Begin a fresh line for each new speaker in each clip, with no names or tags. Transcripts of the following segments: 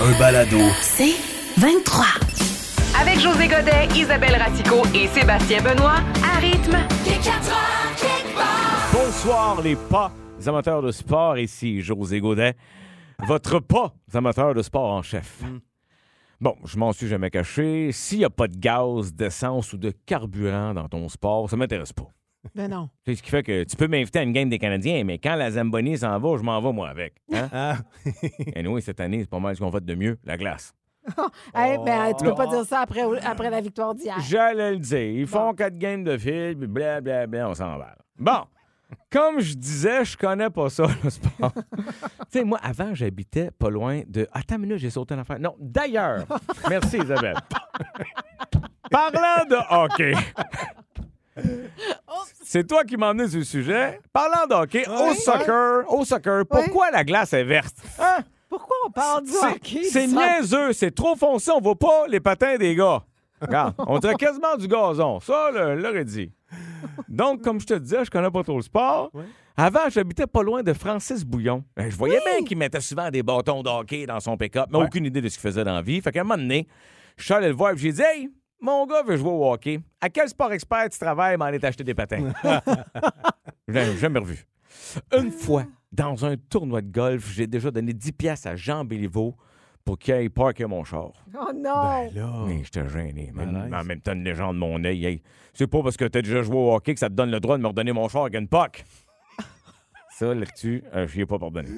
Un balado.
C'est 23.
Avec José Godet, Isabelle Ratico et Sébastien Benoît, à rythme.
Bonsoir les pas les amateurs de sport, ici José Godet, votre pas amateur de sport en chef. Bon, je m'en suis jamais caché. S'il n'y a pas de gaz, d'essence ou de carburant dans ton sport, ça m'intéresse pas.
Ben non.
C'est ce qui fait que tu peux m'inviter à une game des Canadiens, mais quand la Zamboni s'en va, je m'en vais moi avec. Hein? Et nous, cette année, c'est pas mal ce qu'on fait de mieux, la glace.
Hey, ben, tu peux pas dire ça après, après la victoire d'hier.
J'allais le dire. Ils font quatre games de fil, puis blablabla, on s'en va. Bon. Comme je disais, je connais pas ça, le sport. tu sais, moi, avant, j'habitais pas loin de. Attends une minute, j'ai sauté une affaire. Non, d'ailleurs. Merci, Isabelle. Parlant de hockey. C'est toi qui m'as emmené sur le sujet. Parlant de hockey, au soccer, au soccer, pourquoi la glace est verte? Hein?
Pourquoi on parle du
C'est-
hockey?
C'est
du hockey?
niaiseux, c'est trop foncé, on voit pas les patins des gars. Regarde, on dirait quasiment du gazon. Ça, le, le redit. Donc, comme je te disais, je connais pas trop le sport. Avant, j'habitais pas loin de Francis Bouillon. Ben, je voyais bien qu'il mettait souvent des bâtons de hockey dans son pick-up, mais aucune idée de ce qu'il faisait dans la vie. Fait qu'à un moment donné, je suis allé le voir et j'ai dit Hey, mon gars veut jouer au hockey. À quel sport expert tu travailles, m'en est acheté des patins? Je l'ai jamais revu. Une fois, dans un tournoi de golf, j'ai déjà donné 10 pièces à Jean Béliveau pour qu'il aille parker mon char.
Oh non!
Mais j'étais gêné. mais
Malaise.
en même temps, une légende de mon œil. hey, c'est pas parce que t'as déjà joué au hockey que ça te donne le droit de me redonner mon char avec une POC. Ça, là-dessus, euh, je n'y ai pas pardonné.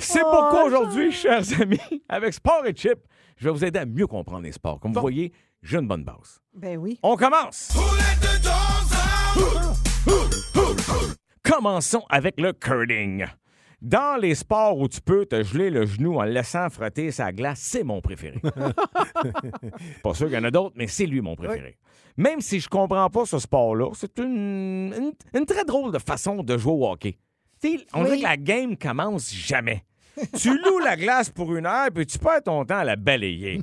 C'est
Oh,
pourquoi aujourd'hui, chers amis, avec Sport et Chip, je vais vous aider à mieux comprendre les sports. Comme vous voyez, j'ai une bonne base.
Ben oui.
On commence! Commençons avec le curling. Dans les sports où tu peux te geler le genou en le laissant frotter sa glace, c'est mon préféré. pas sûr qu'il y en a d'autres, mais c'est lui mon préféré. Même si je comprends pas ce sport-là, c'est une, une, une très drôle de façon de jouer au hockey. Tu sais, on dirait
Oui.
que la game commence jamais. tu loues la glace pour une heure, puis tu perds ton temps à la balayer.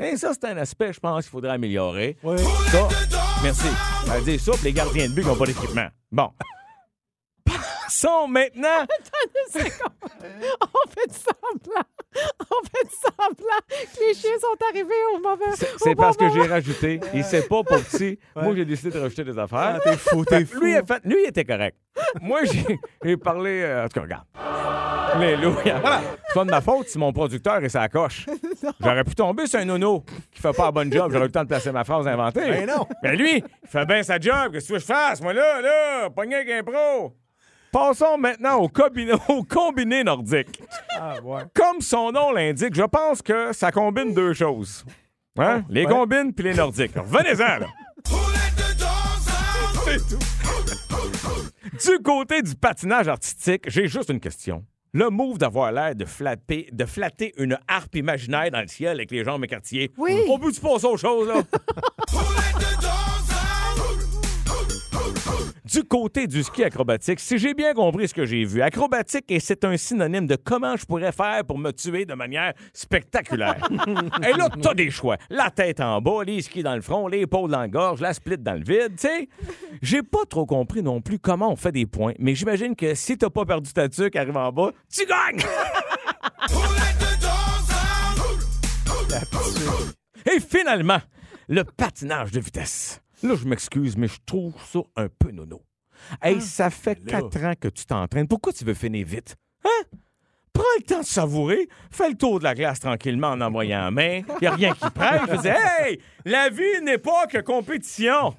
Et ça, c'est un aspect, je pense, qu'il faudrait améliorer. Ça, merci. Elle dit ça, puis les gardiens de but qui n'ont pas d'équipement. Bon. Passons maintenant.
On fait semblant. On fait semblant que les chiens sont arrivés au mauvais. au
C'est
bon
parce que
moment.
j'ai rajouté. Il sait pas pour petit. Moi, j'ai décidé de rajouter des affaires.
Ah, T'es fou, t'es fou.
Lui, il a fait- lui, il était correct. Moi, j'ai- j'ai parlé. euh, en tout cas, regarde. Alléluia. Voilà. C'est pas de ma faute si mon producteur est sa coche. J'aurais pu tomber sur un nono qui fait pas un bon job. J'aurais eu le temps de placer ma phrase inventée.
Ben non.
Mais lui, il fait bien sa job. Qu'est-ce que je fasse, moi, là, là? Pogné avec un pro. Passons maintenant au, combina- au combiné nordique.
Ah, ouais.
Comme son nom l'indique, je pense que ça combine deux choses. Hein? Les
Oh, ouais.
combines puis les nordiques. Venez-en, là. Du côté du patinage artistique, j'ai juste une question. Le move d'avoir l'air de flapper, de flatter une harpe imaginaire dans le ciel avec les jambes écartillées.
Oui.
On peut-tu passer aux choses, là? du côté du ski acrobatique, si j'ai bien compris ce que j'ai vu, acrobatique, et c'est un synonyme de comment je pourrais faire pour me tuer de manière spectaculaire. et là, t'as des choix. La tête en bas, les skis dans le front, les épaules dans la gorge, la split dans le vide, tu sais. J'ai pas trop compris non plus comment on fait des points, mais j'imagine que si t'as pas perdu ta tuque, arrive en bas, tu gagnes! Et finalement, le patinage de vitesse. Là, je m'excuse, mais je trouve ça un peu nono. Hey, ça fait quatre ans que tu t'entraînes. Pourquoi tu veux finir vite? Hein? Prends le temps de savourer, fais le tour de la glace tranquillement en envoyant la main. Il a rien qui presse. Je dis, hey, la vie n'est pas que compétition.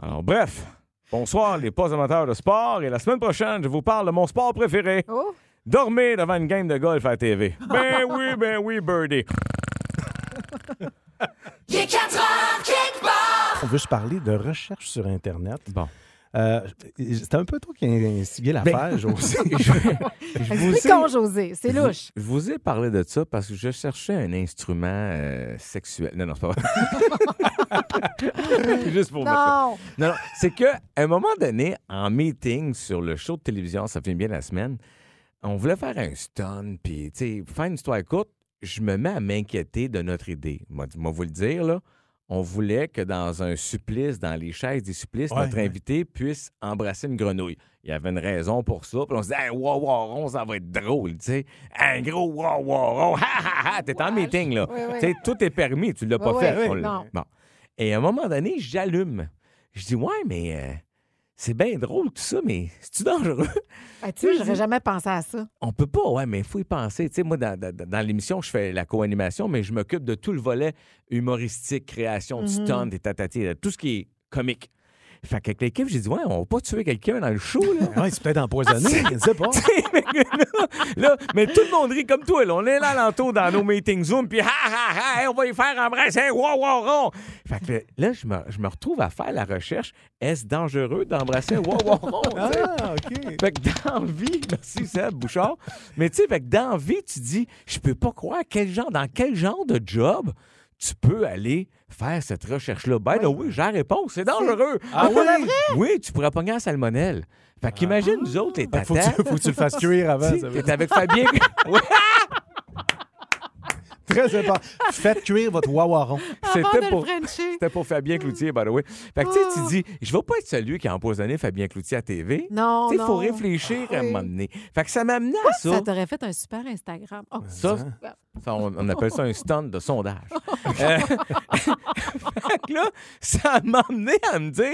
Alors, bref, bonsoir les pas amateurs de sport. Et la semaine prochaine, je vous parle de mon sport préféré.
Oh.
Dormir devant une game de golf à la TV. Ben oui, ben oui, Birdie.
On veut se parler de recherche sur Internet.
Bon.
Euh, c'est un peu toi qui as instigé l'affaire, José. Je- je vous ai-
Expliquons, José. C'est
Je vous-
louche.
Je vous ai parlé de ça parce que je cherchais un instrument euh, sexuel. Non, non, c'est pas vrai. Juste pour me faire-
Non.
Non, non, c'est qu'à un moment donné, en meeting sur le show de télévision, ça fait bien la semaine, on voulait faire un stun, puis, tu sais, faire une histoire courte, je me mets à m'inquiéter de notre idée. Moi, dis- moi, vous le dire, là, on voulait que dans un supplice, dans les chaises des supplices,
Ouais,
notre
ouais.
invité puisse embrasser une grenouille. Il y avait une raison pour ça, puis on se dit, hey, wow, wow, on, ça va être drôle, tu sais. Un gros wow, wow, wow, ha, ha, ha, t'es en meeting, là.
Oui, oui.
Tu sais, tout est permis, tu l'as
Oui,
pas
oui,
fait.
oui,
on l'a-
non.
Bon. Et à un moment donné, j'allume. Je dis, ouais, mais euh, c'est bien drôle tout ça, mais c'est-tu dangereux?
Ah, tu sais, j'aurais jamais pensé à ça.
On peut pas, ouais, mais il faut y penser. Tu sais, moi, dans, dans- dans l'émission, je fais la co-animation, mais je m'occupe de tout le volet humoristique, création du stunt, des tatati, de tout ce qui est comique. Fait qu'avec l'équipe, j'ai dit, ouais, on va pas tuer quelqu'un dans le show, là.
Ouais, c'est peut-être empoisonné, je ne sais pas.
Là, mais tout le monde rit comme toi. là. On est là l'entour dans nos meetings Zoom, puis ha, ha, ha, hey, on va y faire embrasser, wow, wow, ron. Fait que là, je me, je me retrouve à faire la recherche. Est-ce dangereux d'embrasser un wow, wow, ron? tu sais?
Ah, OK.
Fait que dans vie, merci Seb Bouchard, mais tu sais, fait que dans vie, tu dis, je peux pas croire quel genre, dans quel genre de job tu peux aller faire cette recherche-là. Ben oui, j'ai la réponse, c'est dangereux.
Ah oui?
Oui, tu pourrais pogner la salmonelle. Fait qu'imagine, nous autres, les
Fait que Ah. Ben, Faut que,
tatanes,
tu, faut que tu le fasses cuire avant.
tu sais,
ça veut
t'es avec Fabien. Ouais,
dire. Très important. Faites cuire votre wawaron.
Avant de
C'était
le Ah.
pour,
Frencher.
c'était pour Fabien Cloutier, by the way. Fait que tu sais, tu dis, je vais pas être celui qui a empoisonné Fabien Cloutier à TV.
Non,
Tu sais,
non.
faut réfléchir à un
Oui. Ah,
moment donné. Fait que ça m'amenait à ça.
Ça t'aurait fait un super Instagram. Oh,
Ça, ça, on, on appelle ça un stand de sondage. Euh, fait que là, ça m'a amené à me dire,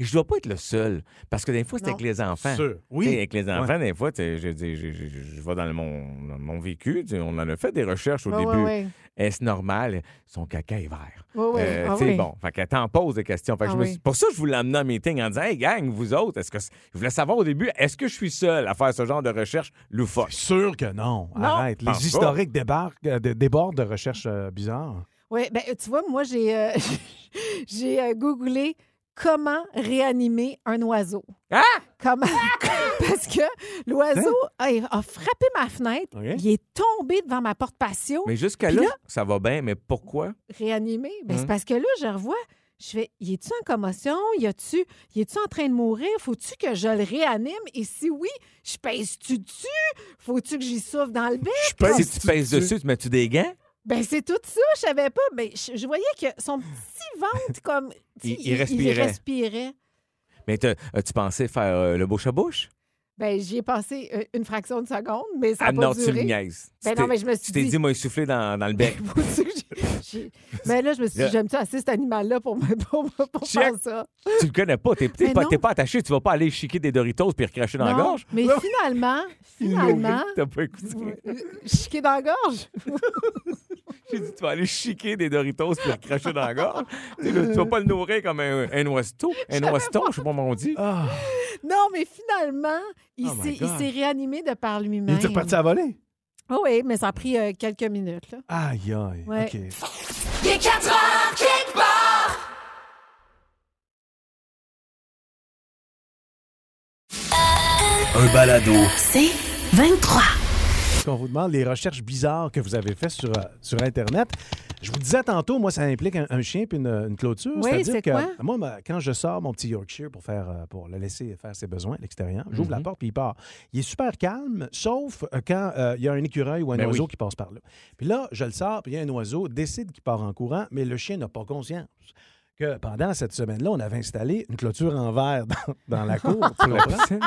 je dois pas être le seul. Parce que des fois, c'est
Non.
avec les enfants.
Sûr, oui.
Tu sais, Avec les enfants, des fois, tu sais, je, dis- je, je- je- je vais dans le- mon, dans mon vécu. tu sais, On en a fait des recherches au
Ah, Ouais,
début.
ouais, ouais.
Est-ce normal? Son caca est vert.
Ouais, ouais.
Euh,
Ah
tu sais,
oui.
bon, fait qu'elle t'en pose des questions. Fait que
Ah
je me
oui.
suis- Pour ça, je vous l'amenais en meeting en disant, hey gang, vous autres, est-ce que c- je voulais savoir au début, est-ce que je suis seul à faire ce genre de recherche loufoque?
Sûr que non. Arrête.
Pense
Les
pas.
historiques débarquent, euh, dé- débordent de recherches euh, bizarres.
Oui, ben, tu vois, moi, j'ai euh, j'ai euh, googlé comment réanimer un oiseau.
Ah!
Comment? Parce que l'oiseau
Hein?
a, a frappé ma fenêtre.
OK.
Il est tombé devant ma porte patio.
Mais jusqu'à
Puis
là,
là-
ça va bien, mais pourquoi?
réanimé. Ben,
Mhm.
C'est parce que là, je revois, je fais, y est-tu en commotion? Y a-tu, y est-tu en train de mourir? Faut-tu que je le réanime? Et si oui, je pèse-tu dessus? Faut-tu que j'y souffle dans le bec?
Si tu pèses dessus, tu mets-tu des gants?
Ben, c'est tout ça, je savais pas. Mais je, je voyais que son petit ventre, comme. tu sais,
Il- il respirait.
respirait.
Mais t'as- as-tu pensé faire euh, le bouche à bouche?
Ben, j'y ai passé euh, une fraction de seconde, mais ça a
Ah
pas
non, tu me
duré.
niaises.
Ben
Tu
non,
t'es-
mais je me suis
Tu t'es
dit-
dit, m'a soufflé dans, dans le bec.
Faut-tu que j'ai- j'ai- Mais là, je me suis dit,
Yeah.
j'aime ça assez cet animal-là pour, me- pour, pour, pour
Check.
faire ça.
tu le connais pas. T'es t'es
Mais
pas,
non.
t'es pas attaché. Tu vas pas aller chiquer des Doritos puis recracher dans la
Non,
gorge.
Mais finalement, finalement, euh,
T'as pas écouté.
chiqué dans la gorge.
J'ai dit, tu vas aller chiquer des Doritos puis recracher dans la gorge. Tu sais, là, tu vas pas le nourrir comme un, un oiseau. Un oiseau, je sais pas comment on dit.
Ah,
Non, mais finalement, il
Oh my
s'est- il
God.
s'est réanimé de par
Il
lui-même.
était reparti à voler.
Oh oui, mais ça a pris euh, quelques minutes. Là.
Aïe, aïe.
Ouais.
OK.
Un balado.
C'est 23.
qu'on vous demande les recherches bizarres que vous avez faites sur, euh, sur Internet. Je vous disais tantôt, moi, ça implique un, un chien puis une, une clôture.
Oui,
C'est-à-dire
c'est
que
quoi?
moi, ma- quand je sors mon petit Yorkshire pour faire euh, pour le laisser faire ses besoins à l'extérieur, j'ouvre
Mhm.
la porte puis il part. Il est super calme, sauf euh, quand euh, il y a un écureuil ou un
Ben
oiseau
oui.
qui passe par là. Puis là, je le sors, puis il y a un oiseau, décide qu'il part en courant, mais le chien n'a pas conscience que pendant cette semaine-là, on avait installé une clôture en verre dans, dans la cour. tu comprends?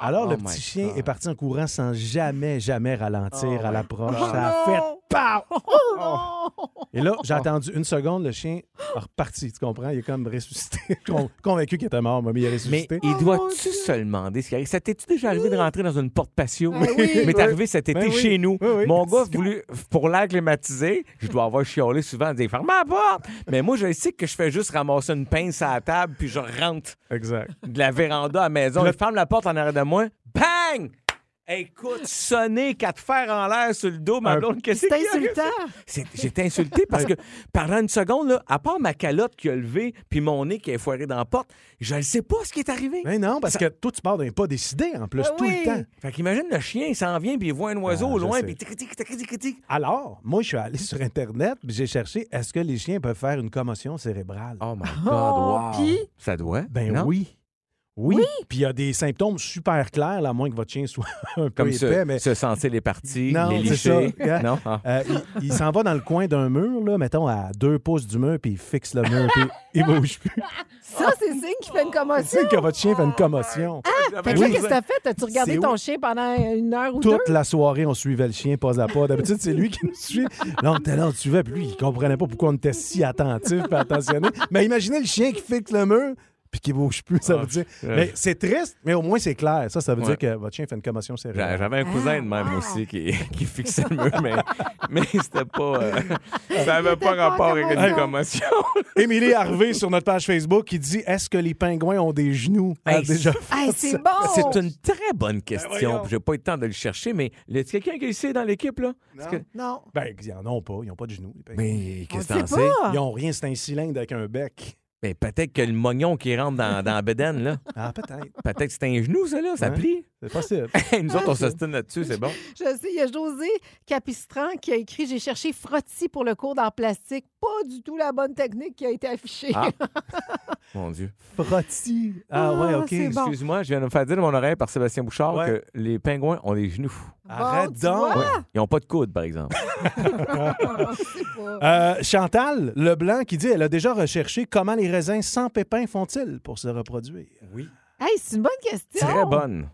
Alors,
Oh
le
my
petit chien
God.
est parti en courant sans jamais, jamais ralentir
Oh
à
my
l'approche.
God.
Ça a fait pow!
Oh,
Oh.
Et là, j'ai attendu une seconde, le chien a reparti, tu comprends? Il est comme ressuscité, Con- convaincu qu'il était mort, mais il est
Mais
ressuscité.
il doit-tu se demander ce qui arrive? Ça t'es-tu déjà arrivé de rentrer dans une porte patio?
Ah oui.
Mais t'es arrivé cet été
Ben oui.
chez nous.
Oui, oui.
Mon gars voulu, pour l'air climatisé, je dois avoir chiolé souvent en disant Ferme la porte! Mais moi, je sais que je fais juste ramasser une pince à la table, puis je rentre
Exact.
de la véranda à la maison.
Puis là-
Je ferme la porte en arrière de moi. Bang! Écoute, sonner, quatre fers en l'air sur le dos, ma
Un-
blonde, qu'est-ce
C'est
qu'il y a?
insultant.
C'est- J'étais insulté parce que pendant une seconde, là, à part ma calotte qui a levé puis mon nez qui est foiré dans la porte, je ne sais pas ce qui est arrivé.
Mais non, parce que toi, tu pars d'un pas décidé, en plus,
Ah
tout
oui.
le temps.
Fait qu'imagine le chien, il s'en vient puis il voit un oiseau
Ah,
au
je
loin
sais.
puis tic tic tic tic tic, tic.
Alors, moi, je suis allé sur Internet, puis j'ai cherché est-ce que les chiens peuvent faire une commotion cérébrale?
Oh my God,
Oh,
wow.
puis?
Ça doit?
Ben
non?
oui. Oui. Puis il y a des symptômes super clairs, là, à moins que votre chien soit un peu
Comme
épais,
se,
mais
se sentir les parties,
Non,
les
c'est ça.
licher. Non? Ah.
euh, il, il s'en va dans le coin d'un mur, là, mettons à deux pouces du mur, puis il fixe le mur, puis il bouge plus.
Ça, c'est signe qu'il fait une
Tu
commotion.
sais que votre chien fait une commotion.
Fait que là,
Ah. Oui.
qu'est-ce que t'as fait? T'as-tu regardé
C'est
ton
où?
chien pendant une heure ou deux?
Toute la soirée, on suivait le chien pas à pas. D'habitude, c'est lui qui nous suit. Là, on était là, on suivait, puis lui, il comprenait pas pourquoi on était si attentifs et attentionnés. Mais imaginez le chien qui fixe le mur puis qui bouge plus, ça veut dire. Mais c'est triste, mais au moins c'est clair. Ça, ça veut
Ouais.
dire que votre chien fait une commotion
J'a-
cérébrale.
J'avais un cousin de même aussi qui, qui fixait le mur, mais, mais c'était pas. euh, ça
Il
n'avait
était
pas
pas en
rapport avec une commotion.
Émilie Harvey sur notre page Facebook qui dit Est-ce que les pingouins ont des genoux Elle a
Hey,
déjà
Hey, c'est bon!
C'est une très bonne question.
Ben voyons.
puis J'ai pas eu le temps de le chercher, mais y a quelqu'un qui le sait dans l'équipe, là? Parce que-
Non.
Ben, ils en ont pas. Ils n'ont pas de genoux. les pingouins.
Mais qu'est-ce que
On
t'en
le sait
sais?
pas.
Ils ont rien, c'est un cylindre avec un bec.
Mais peut-être que le mognon qui rentre dans, dans la bedaine, là.
Ah, peut-être.
Peut-être que c'est un genou, ça, là. Ça
Ouais.
plie.
C'est possible.
Nous autres, on s'ostine là-dessus, c'est bon.
Je sais, il y a José Capistran qui a écrit J'ai cherché frottis pour le cours d'art plastique. Pas du tout la bonne technique qui a été affichée.
Ah. Mon Dieu.
Frotti. Ah, ouais,
Ah,
OK.
c'est bon.
Excuse-moi, je viens de me faire dire de mon oreille par Sébastien Bouchard
Ouais.
que les pingouins ont des genoux.
Arrête
tu
donc.
vois?
Ils n'ont pas de coude, par exemple.
Euh, Chantal Leblanc qui dit elle a déjà recherché comment les raisins sans pépins font-ils pour se reproduire. Oui.
Hey, c'est une bonne question.
Très bonne.
Vous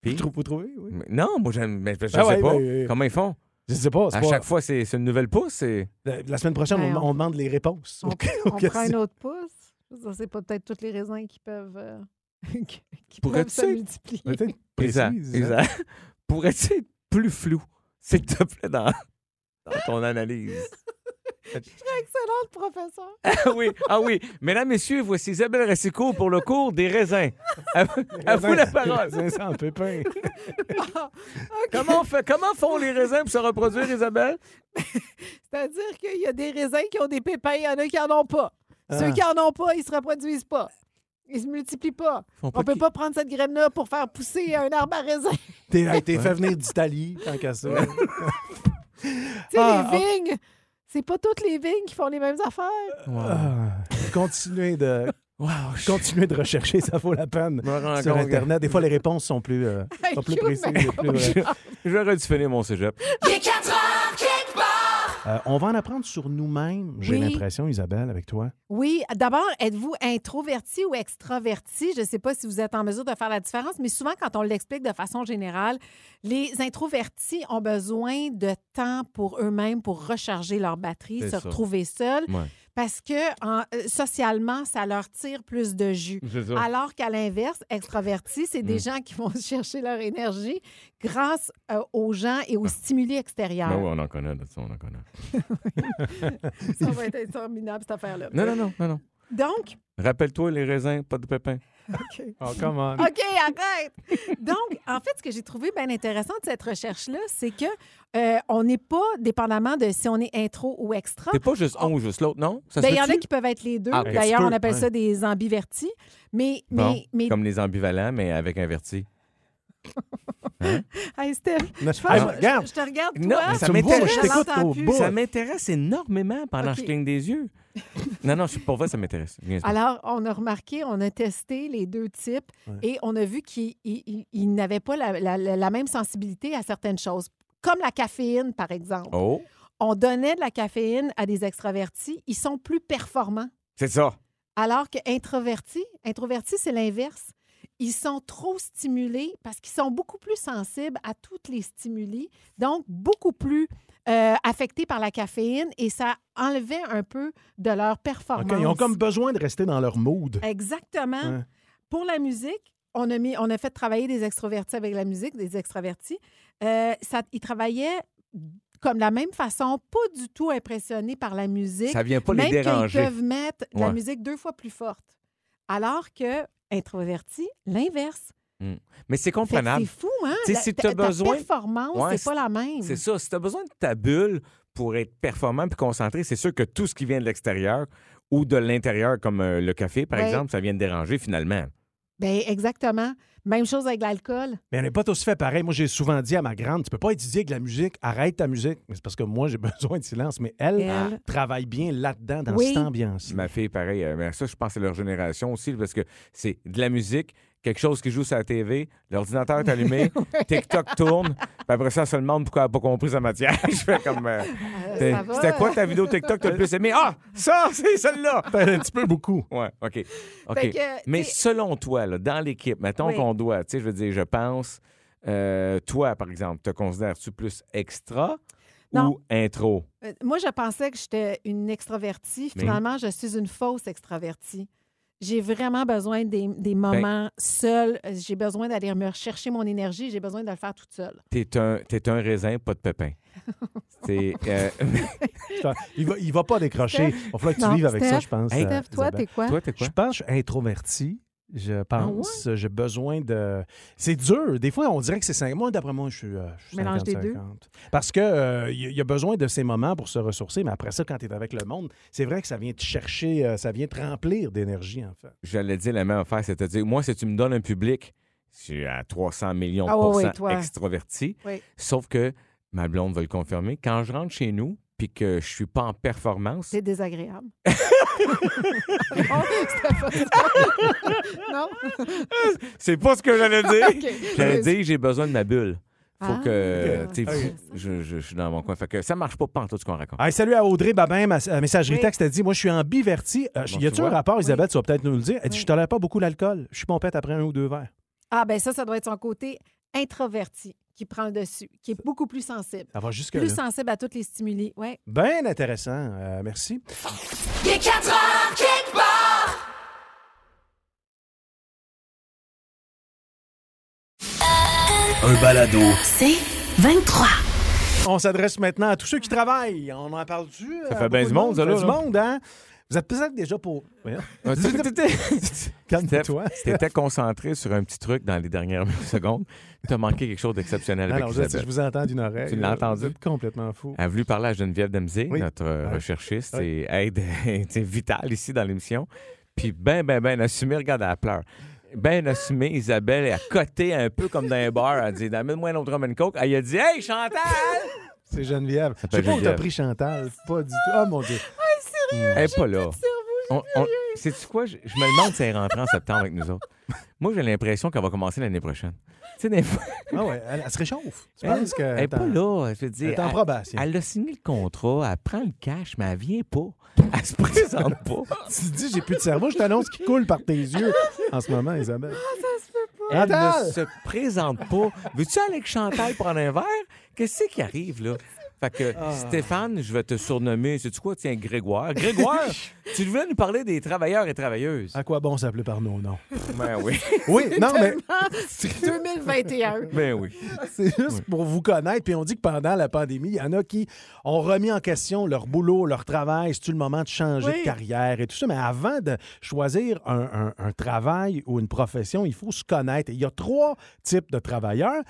Puis- Hmm.
trouvez, vous trouvez, oui.
Mais Non, moi, j'aime- mais je ne
Ah
sais
ouais,
pas.
ben, euh,
Comment ils font?
Je sais pas. c'est
À
pas-
chaque fois, c'est c'est une nouvelle pousse. c'est-
La, la semaine prochaine,
Ben,
on,
on-
on demande les réponses.
On,
Ok,
on
ok,
prend
c'est-
un autre pouce. Ça, C'est pas peut-être tous les raisins qui peuvent, euh, qui- qui peuvent
Pourrais-tu
se
être-
multiplier.
Peut-être
Exact,
précise, hein.
exact. Pourrais-tu être plus flou, s'il te plaît, dans, dans ton analyse?
Excellente, professeur.
ah oui, ah oui. Mesdames, messieurs, voici Isabelle Racicot pour le cours des raisins. À, vous- à vous la parole.
Raisins sans pépins.
Ah.
Comment, on fait- comment font les raisins pour se reproduire, Isabelle?
C'est-à-dire qu'il y a des raisins qui ont des pépins, il y en a qui n'en ont pas.
Ah.
Ceux qui n'en ont pas, ils ne se reproduisent pas. Ils se multiplient pas.
Font
On
pas
ne peut
qui-
pas prendre cette graine-là pour faire pousser un arbre à raisin.
T'es hey, t'es fait venir d'Italie, tant qu'à ça.
Tu sais,
Ah,
les vignes, c'est pas toutes les vignes qui font les mêmes affaires.
Ah, continuez, de,
Wow, je
continuez de rechercher, ça vaut la peine.
me rends
Sur
compte que-
Internet, des fois, les réponses sont plus, euh, sont plus
Aïe,
précises.
mais
et plus, euh,
J'aurais dû finir mon cégep.
Euh, on va en apprendre sur nous-mêmes, j'ai
Oui.
l'impression, Isabelle, avec toi.
Oui, d'abord, êtes-vous introverti ou extraverti? Je ne sais pas si vous êtes en mesure de faire la différence, mais souvent, quand on l'explique de façon générale, les introvertis ont besoin de temps pour eux-mêmes, pour recharger leur batterie,
C'est ça.
se retrouver seuls,
Ouais.
parce que en- euh, socialement, ça leur tire plus de jus.
Ah,
Alors qu'à l'inverse, extravertis, c'est des
Mm.
gens qui vont chercher leur énergie grâce euh, aux gens et aux stimuli extérieurs.
Ah. Ben oui, on en connaît, de ça, on en connaît.
Ça va être interminable, cette affaire-là.
Non, non, non, non, non.
Donc,
Rappelle-toi, les raisins, pas de pépins.
Oh, come on.
OK, arrête! Donc, en fait, ce que j'ai trouvé bien intéressant de cette recherche-là, c'est que euh, on n'est pas dépendamment de si on est intro ou extra.
T'es pas juste un ou juste l'autre, non? Ça se
Ah. Ben, il y en a
peut-tu?
qui peuvent être les deux.
Ah, ben,
D'ailleurs,
tu
on
peux,
appelle
ouais.
ça des ambivertis. Mais,
Bon,
mais, mais,
Comme les ambivalents, mais avec un verti.
Hey, Steph,
Non,
je, pense-
ah,
je-
regarde.
je te regarde,
Non,
toi. Ah,
mais ça
Tu me vois,
m'intéresse.
moi, je
Je
t'écoute
l'entends
au
plus.
bout.
Ça m'intéresse énormément pendant
Ok.
que je cligne des yeux. Non, non, je suis pas vrai, ça m'intéresse. Bien sûr.
Alors, on a remarqué, on a testé les deux types
Ouais.
et on a vu qu'ils ils- ils- ils n'avaient pas la, la- la- la même sensibilité à certaines choses, comme la caféine, par exemple.
Oh,
On donnait de la caféine à des extravertis, ils sont plus performants.
c'est ça.
Alors que introvertis, introvertis, c'est l'inverse. Ils sont trop stimulés parce qu'ils sont beaucoup plus sensibles à toutes les stimuli, donc beaucoup plus euh, affectés par la caféine et ça enlevait un peu de leur performance.
OK, ils ont comme besoin de rester dans leur mood.
Exactement.
Ouais.
Pour la musique, on a, mis, on a fait travailler des extrovertis avec la musique, des extravertis. Euh, ça, ils travaillaient comme de la même façon, pas du tout impressionnés par la musique
Ça vient pas
même
les
qu'ils
déranger.
peuvent mettre de la
Ouais.
musique deux fois plus forte. Alors que introverti, l'inverse.
Mm. Mais c'est
Fait que
comprenable.
C'est fou, hein?
Tu sais,
La-
si
ta-
t'as besoin-
Ta performance,
Ouais,
c'est pas la même.
C'est ça. Si tu as besoin de ta bulle pour être performant puis concentré, c'est sûr que tout ce qui vient de l'extérieur ou de l'intérieur, comme euh, le café, par
Ouais.
exemple, ça vient de déranger finalement.
Ben, exactement. Même chose avec l'alcool.
Mais on n'est pas tous fait pareil. Moi, j'ai souvent dit à ma grande, tu peux pas étudier avec de la musique, arrête ta musique. Mais c'est parce que moi, j'ai besoin de silence. Mais elle,
Elle.
travaille bien là-dedans, dans
Oui.
cette ambiance.
Ma fille, pareil. euh, mais ça, je pense que c'est leur génération aussi parce que c'est de la musique, quelque chose qui joue sur la TV, l'ordinateur est allumé, TikTok tourne, puis après ça, elle se demande pourquoi elle n'a pas compris sa matière. je fais comme. euh, t'es-
ça va.
C'était quoi ta vidéo TikTok que t'as le plus aimée? Ah, ça, c'est celle-là!
un petit peu beaucoup.
Ouais, OK. OK.
Fait que,
Mais
t'sais-
selon toi, là, dans l'équipe, mettons
Oui.
qu'on doit, tu sais, je veux dire, je pense, euh, toi, par exemple, te considères-tu plus extra
Non.
ou intro?
Euh, Moi, je pensais que j'étais une extravertie.
Mais-
Finalement, je suis une fausse extravertie. J'ai vraiment besoin des, des
Ben-
moments seuls. Euh, J'ai besoin d'aller me rechercher mon énergie. J'ai besoin de le faire toute seule.
T'es un, t'es un raisin, pas de pépin. C'est, euh,
Il va, il va pas décrocher. Il va falloir que tu
Non,
vives avec ça,
Steph.
je pense.
Hey,
euh,
Steph, toi,
Isabelle.
t'es quoi?
toi, t'es quoi?
Je pense que je suis introverti. Je
Ah
pense. J'ai besoin de. C'est dur. Des fois, on dirait que c'est 5. Moi, d'après moi, je suis, euh, je suis
Mélange des
50-50. Parce que euh, il y a- il y a besoin de ces moments pour se ressourcer, mais après ça, quand tu es avec le monde, c'est vrai que ça vient te chercher, euh, ça vient te remplir d'énergie, en fait.
J'allais dire la même affaire, c'est-à-dire, moi, si tu me donnes un public, je suis à 300 millions de
Ah oui, oui,
pourcents
toi.
extroverti.
Oui.
Sauf que ma blonde va le confirmer. Quand je rentre chez nous, puis que je suis pas en performance,
C'est désagréable. non, c'était pas ça. non?
c'est pas ce que j'allais dire.
OK.
J'allais dire, j'ai besoin de ma bulle. Faut
Ah.
que. tu sais,
Ok.
je, je- je suis dans mon coin. Fait que ça marche pas pantoute ce qu'on raconte.
Hey, salut à Audrey Babin, ma euh, messagerie
Oui.
texte. Elle dit Moi, je suis ambiverti. Euh,
Bon,
y
tu
a-tu un
vois.
rapport, Isabelle
Oui.
Tu vas peut-être nous le dire. Elle dit
Oui.
Je tolère pas beaucoup l'alcool. Je suis pompette après un ou deux verres.
Ah, ben ça, ça doit être son côté introverti qui prend le dessus, qui est beaucoup plus sensible.
Ça va jusque-là.
Plus sensible à tous les stimuli. Ouais.
Bien intéressant. Euh, merci.
Un balado.
C'est 23.
On s'adresse maintenant à tous ceux qui travaillent. On en parle-tu? euh,
Ça fait
à
bien
beaucoup
du
de
monde, ça, là,
fait du
là.
monde, hein? Vous êtes peut-être déjà pour. Voyons.
Ah,
Calme-toi.
T'étais concentré sur un petit truc dans les dernières secondes. T'as manqué quelque chose d'exceptionnel avec
Alors, je,
Isabelle.
je vous entends d'une oreille.
Tu l'as entendu?
Vous êtes complètement fou.
Elle a voulu parler à Geneviève Demzé,
Oui.
notre euh,
Ouais.
recherchiste et aide tu sais, vitale ici dans l'émission. Puis ben, ben, ben assumé, regarde, elle pleure. Ben assumé, Isabelle, elle a coté un peu comme dans un bar. Elle dit Amène-moi un autre rum and coke. Elle a dit Hey, Chantal
C'est Geneviève. Je sais
s'appelle
pas où t'as
Geneviève.
pris Chantal. Pas du tout. Oh mon Dieu.
Elle n'est pas là. On- on- Sais-tu quoi? Je, je me demande si elle rentre en septembre avec nous autres. Moi, j'ai l'impression qu'elle va commencer l'année prochaine. Tu sais, des fois,
Ah ouais, elle, elle se réchauffe. Tu
elle
penses que.
n'est pas là. Je veux dire,
Euh, Elle est en probation.
elle a signé le contrat, elle prend le cash, mais elle vient pas. Elle se présente pas.
Tu te dis, j'ai plus de cerveau. Je t'annonce qu'il coule par tes yeux en ce moment, Isabelle.
Elle
Chantal!
ne se présente pas. Veux-tu aller avec Chantal prendre un verre? Qu'est-ce qui arrive, là? Fait que, Stéphane, je vais te surnommer, sais-tu quoi? Tiens, Grégoire. Grégoire, tu voulais nous parler des travailleurs et travailleuses.
À quoi bon s'appeler par nos noms?
Ah, Ben oui.
Oui, non, mais
2021.
Ben oui.
c'est juste pour vous connaître. Puis on dit que pendant la pandémie, il y en a qui ont remis en question leur boulot, leur travail. C'est-tu le moment de changer
Oui.
de carrière et tout ça? Mais avant de choisir un, un- un travail ou une profession, il faut se connaître. Et il y a trois types de travailleurs.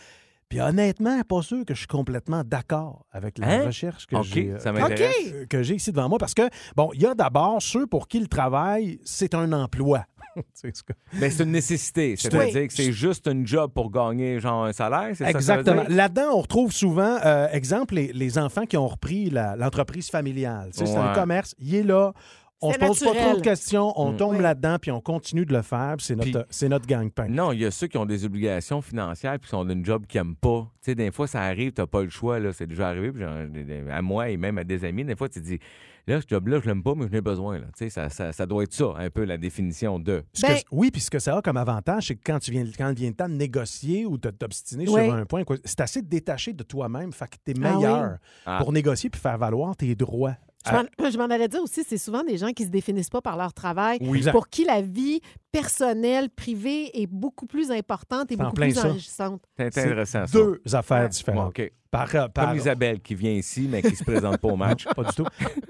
Puis honnêtement, pas sûr que je suis complètement d'accord avec la
Hein?
recherche que
OK,
j'ai. euh,
ça m'intéresse. OK.
euh, que j'ai ici devant moi parce que, bon, il y a d'abord ceux pour qui le travail, c'est un emploi. C'est ce que-
Ben, c'est une nécessité. C'est-à-dire que c'est juste une job pour gagner, genre, un salaire, c'est ça que ça veut
Exactement.
dire?
Là-dedans, on retrouve souvent, euh, exemple, les, les enfants qui ont repris la- l'entreprise familiale. Tu sais, C'est un
Ouais.
commerce, il est là. On
C'est
se pose pas
naturel.
trop de questions, on
Mm.
tombe
Oui.
là-dedans, puis on continue de le faire, puis c'est notre,
Puis-
c'est notre gang-pain.
Non, il y a ceux qui ont des obligations financières puis qui ont une job qu'ils n'aiment pas. Tu sais, des fois, ça arrive, tu n'as pas le choix. là. C'est déjà arrivé puis j'en- des- des- à moi et même à des amis. Des fois, tu te dis, là, ce job-là, je l'aime pas, mais je n'ai besoin. Là. Tu sais, Ça, ça, ça doit être ça, un peu, la définition de.
Ce que-
Ben-
oui, puis ce que ça a comme avantage, c'est que quand, tu viens, quand vient le temps de négocier ou de t'obstiner
Oui.
sur un point, quoi, c'est assez détaché de toi-même, fait que t'es
Ah oui.
meilleur
Ah.
pour négocier puis faire valoir tes droits.
Je
Ah.
m'en- je m'en allais dire aussi, c'est souvent des gens qui se définissent pas par leur travail,
Oui.
pour qui la vie personnelle, privée est beaucoup plus importante et
C'est en
beaucoup
plein
plus
ça.
enrichissante.
C'est
C'est
intéressant, ça.
Deux affaires
Bon,
différentes.
OK.
Par, euh, par-
Comme Isabelle qui vient ici, mais qui se présente pas au match.
Pas du tout.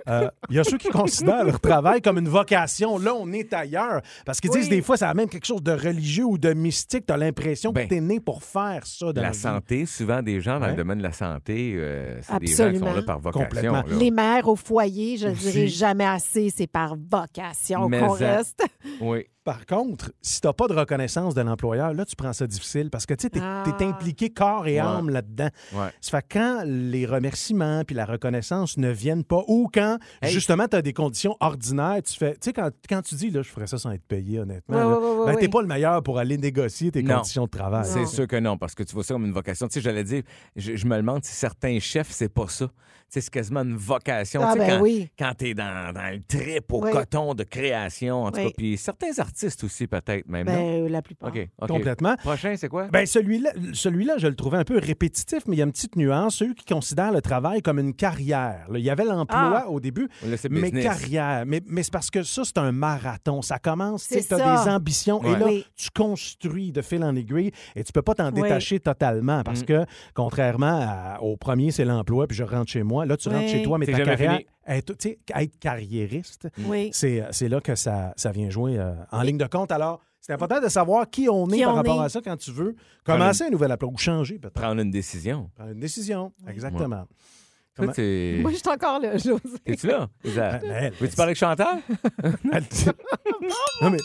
Euh, Il y a ceux qui considèrent leur travail comme une vocation. Là, on est ailleurs. Parce qu'ils disent des fois, ça a même quelque chose de religieux ou de mystique. T'as l'impression
Ben,
que t'es né pour faire ça dans la
La
vie.
santé, souvent des gens dans
Ouais.
le domaine de la santé, euh, c'est des gens qui sont
Absolument.
là par vocation.
Complètement.
là.
Les mères au foyer, je ne
Aussi.
dirai jamais assez, c'est par vocation
Mais
qu'on
ça-
reste.
Oui.
Par contre, si t'as pas de reconnaissance de l'employeur, là, tu prends ça difficile parce que tu sais, t'es
Ah.
t'es impliqué corps et
Ouais.
âme là-dedans.
Ouais.
Ça fait quand les remerciements puis la reconnaissance ne viennent pas ou quand,
Hey.
justement, tu as des conditions ordinaires, tu fais. Tu sais, quand, quand tu dis, là, je ferais ça sans être payé, honnêtement,
Ouais,
là,
ouais, ouais,
ben,
ouais,
t'es
ouais.
pas le meilleur pour aller négocier tes
Non.
conditions de travail.
C'est sûr que non, parce que tu vois ça comme une vocation. Tu sais, j'allais dire, je, je me demande si certains chefs, c'est pas ça. Tu sais, c'est quasiment une vocation.
Ah,
Tu sais,
ben
quand,
oui.
tu es dans, dans le trip au
Oui.
coton de création, en tout
Oui.
cas. Puis certains artistes aussi, peut-être même. non?
Ben, euh, la plupart.
OK, OK.
Complètement.
Prochain, c'est quoi?
Ben celui-là, celui-là, je le trouvais un peu répétitif, mais il y a une petite nuance. Ceux qui considèrent le travail comme une carrière. là. Il y avait
Ah.
l'emploi au début,
Là, c'est
mais
business.
carrière. Mais, mais c'est parce que ça, c'est un marathon. Ça commence, tu
C'est
as
ça.
des ambitions. Et
Ouais.
là,
Oui.
tu construis de fil en aiguille et tu peux pas t'en
Oui.
détacher totalement parce
Mm.
que, contrairement à- au premier, c'est l'emploi, puis je rentre chez moi. Là, tu rentres
Oui.
chez toi, mais
C'est
ta
jamais
carrière...
fini.
Être, tu sais, être carriériste,
Oui.
c'est, euh, c'est là que ça, ça vient jouer euh, en ligne de compte. Alors, c'est important de savoir qui on est
Qui
par
on
rapport
est.
à ça quand tu veux commencer un nouvel emploi ou changer peut-être.
Prendre une décision.
Prendre une décision. Exactement.
Toi,
Comment-
t'es-
Moi, je suis encore là, José.
T'es-tu là? Isa?
Ben, elle-
Veux-tu parler avec Chantal?
elle- non, mais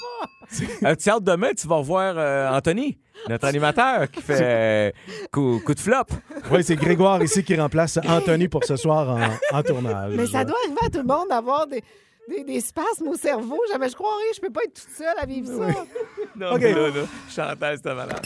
Euh, tu as hâte demain, tu vas revoir euh, Anthony, notre animateur, qui fait euh, coup, coup de flop.
Oui, c'est Grégoire ici qui remplace Anthony pour ce soir en, en tournage.
Mais ça doit arriver à tout le monde d'avoir des, des, des spasmes au cerveau. Jamais je croirais, je peux pas être toute seule à vivre ça.
Non,
mais
là, Chantal, c'était malade.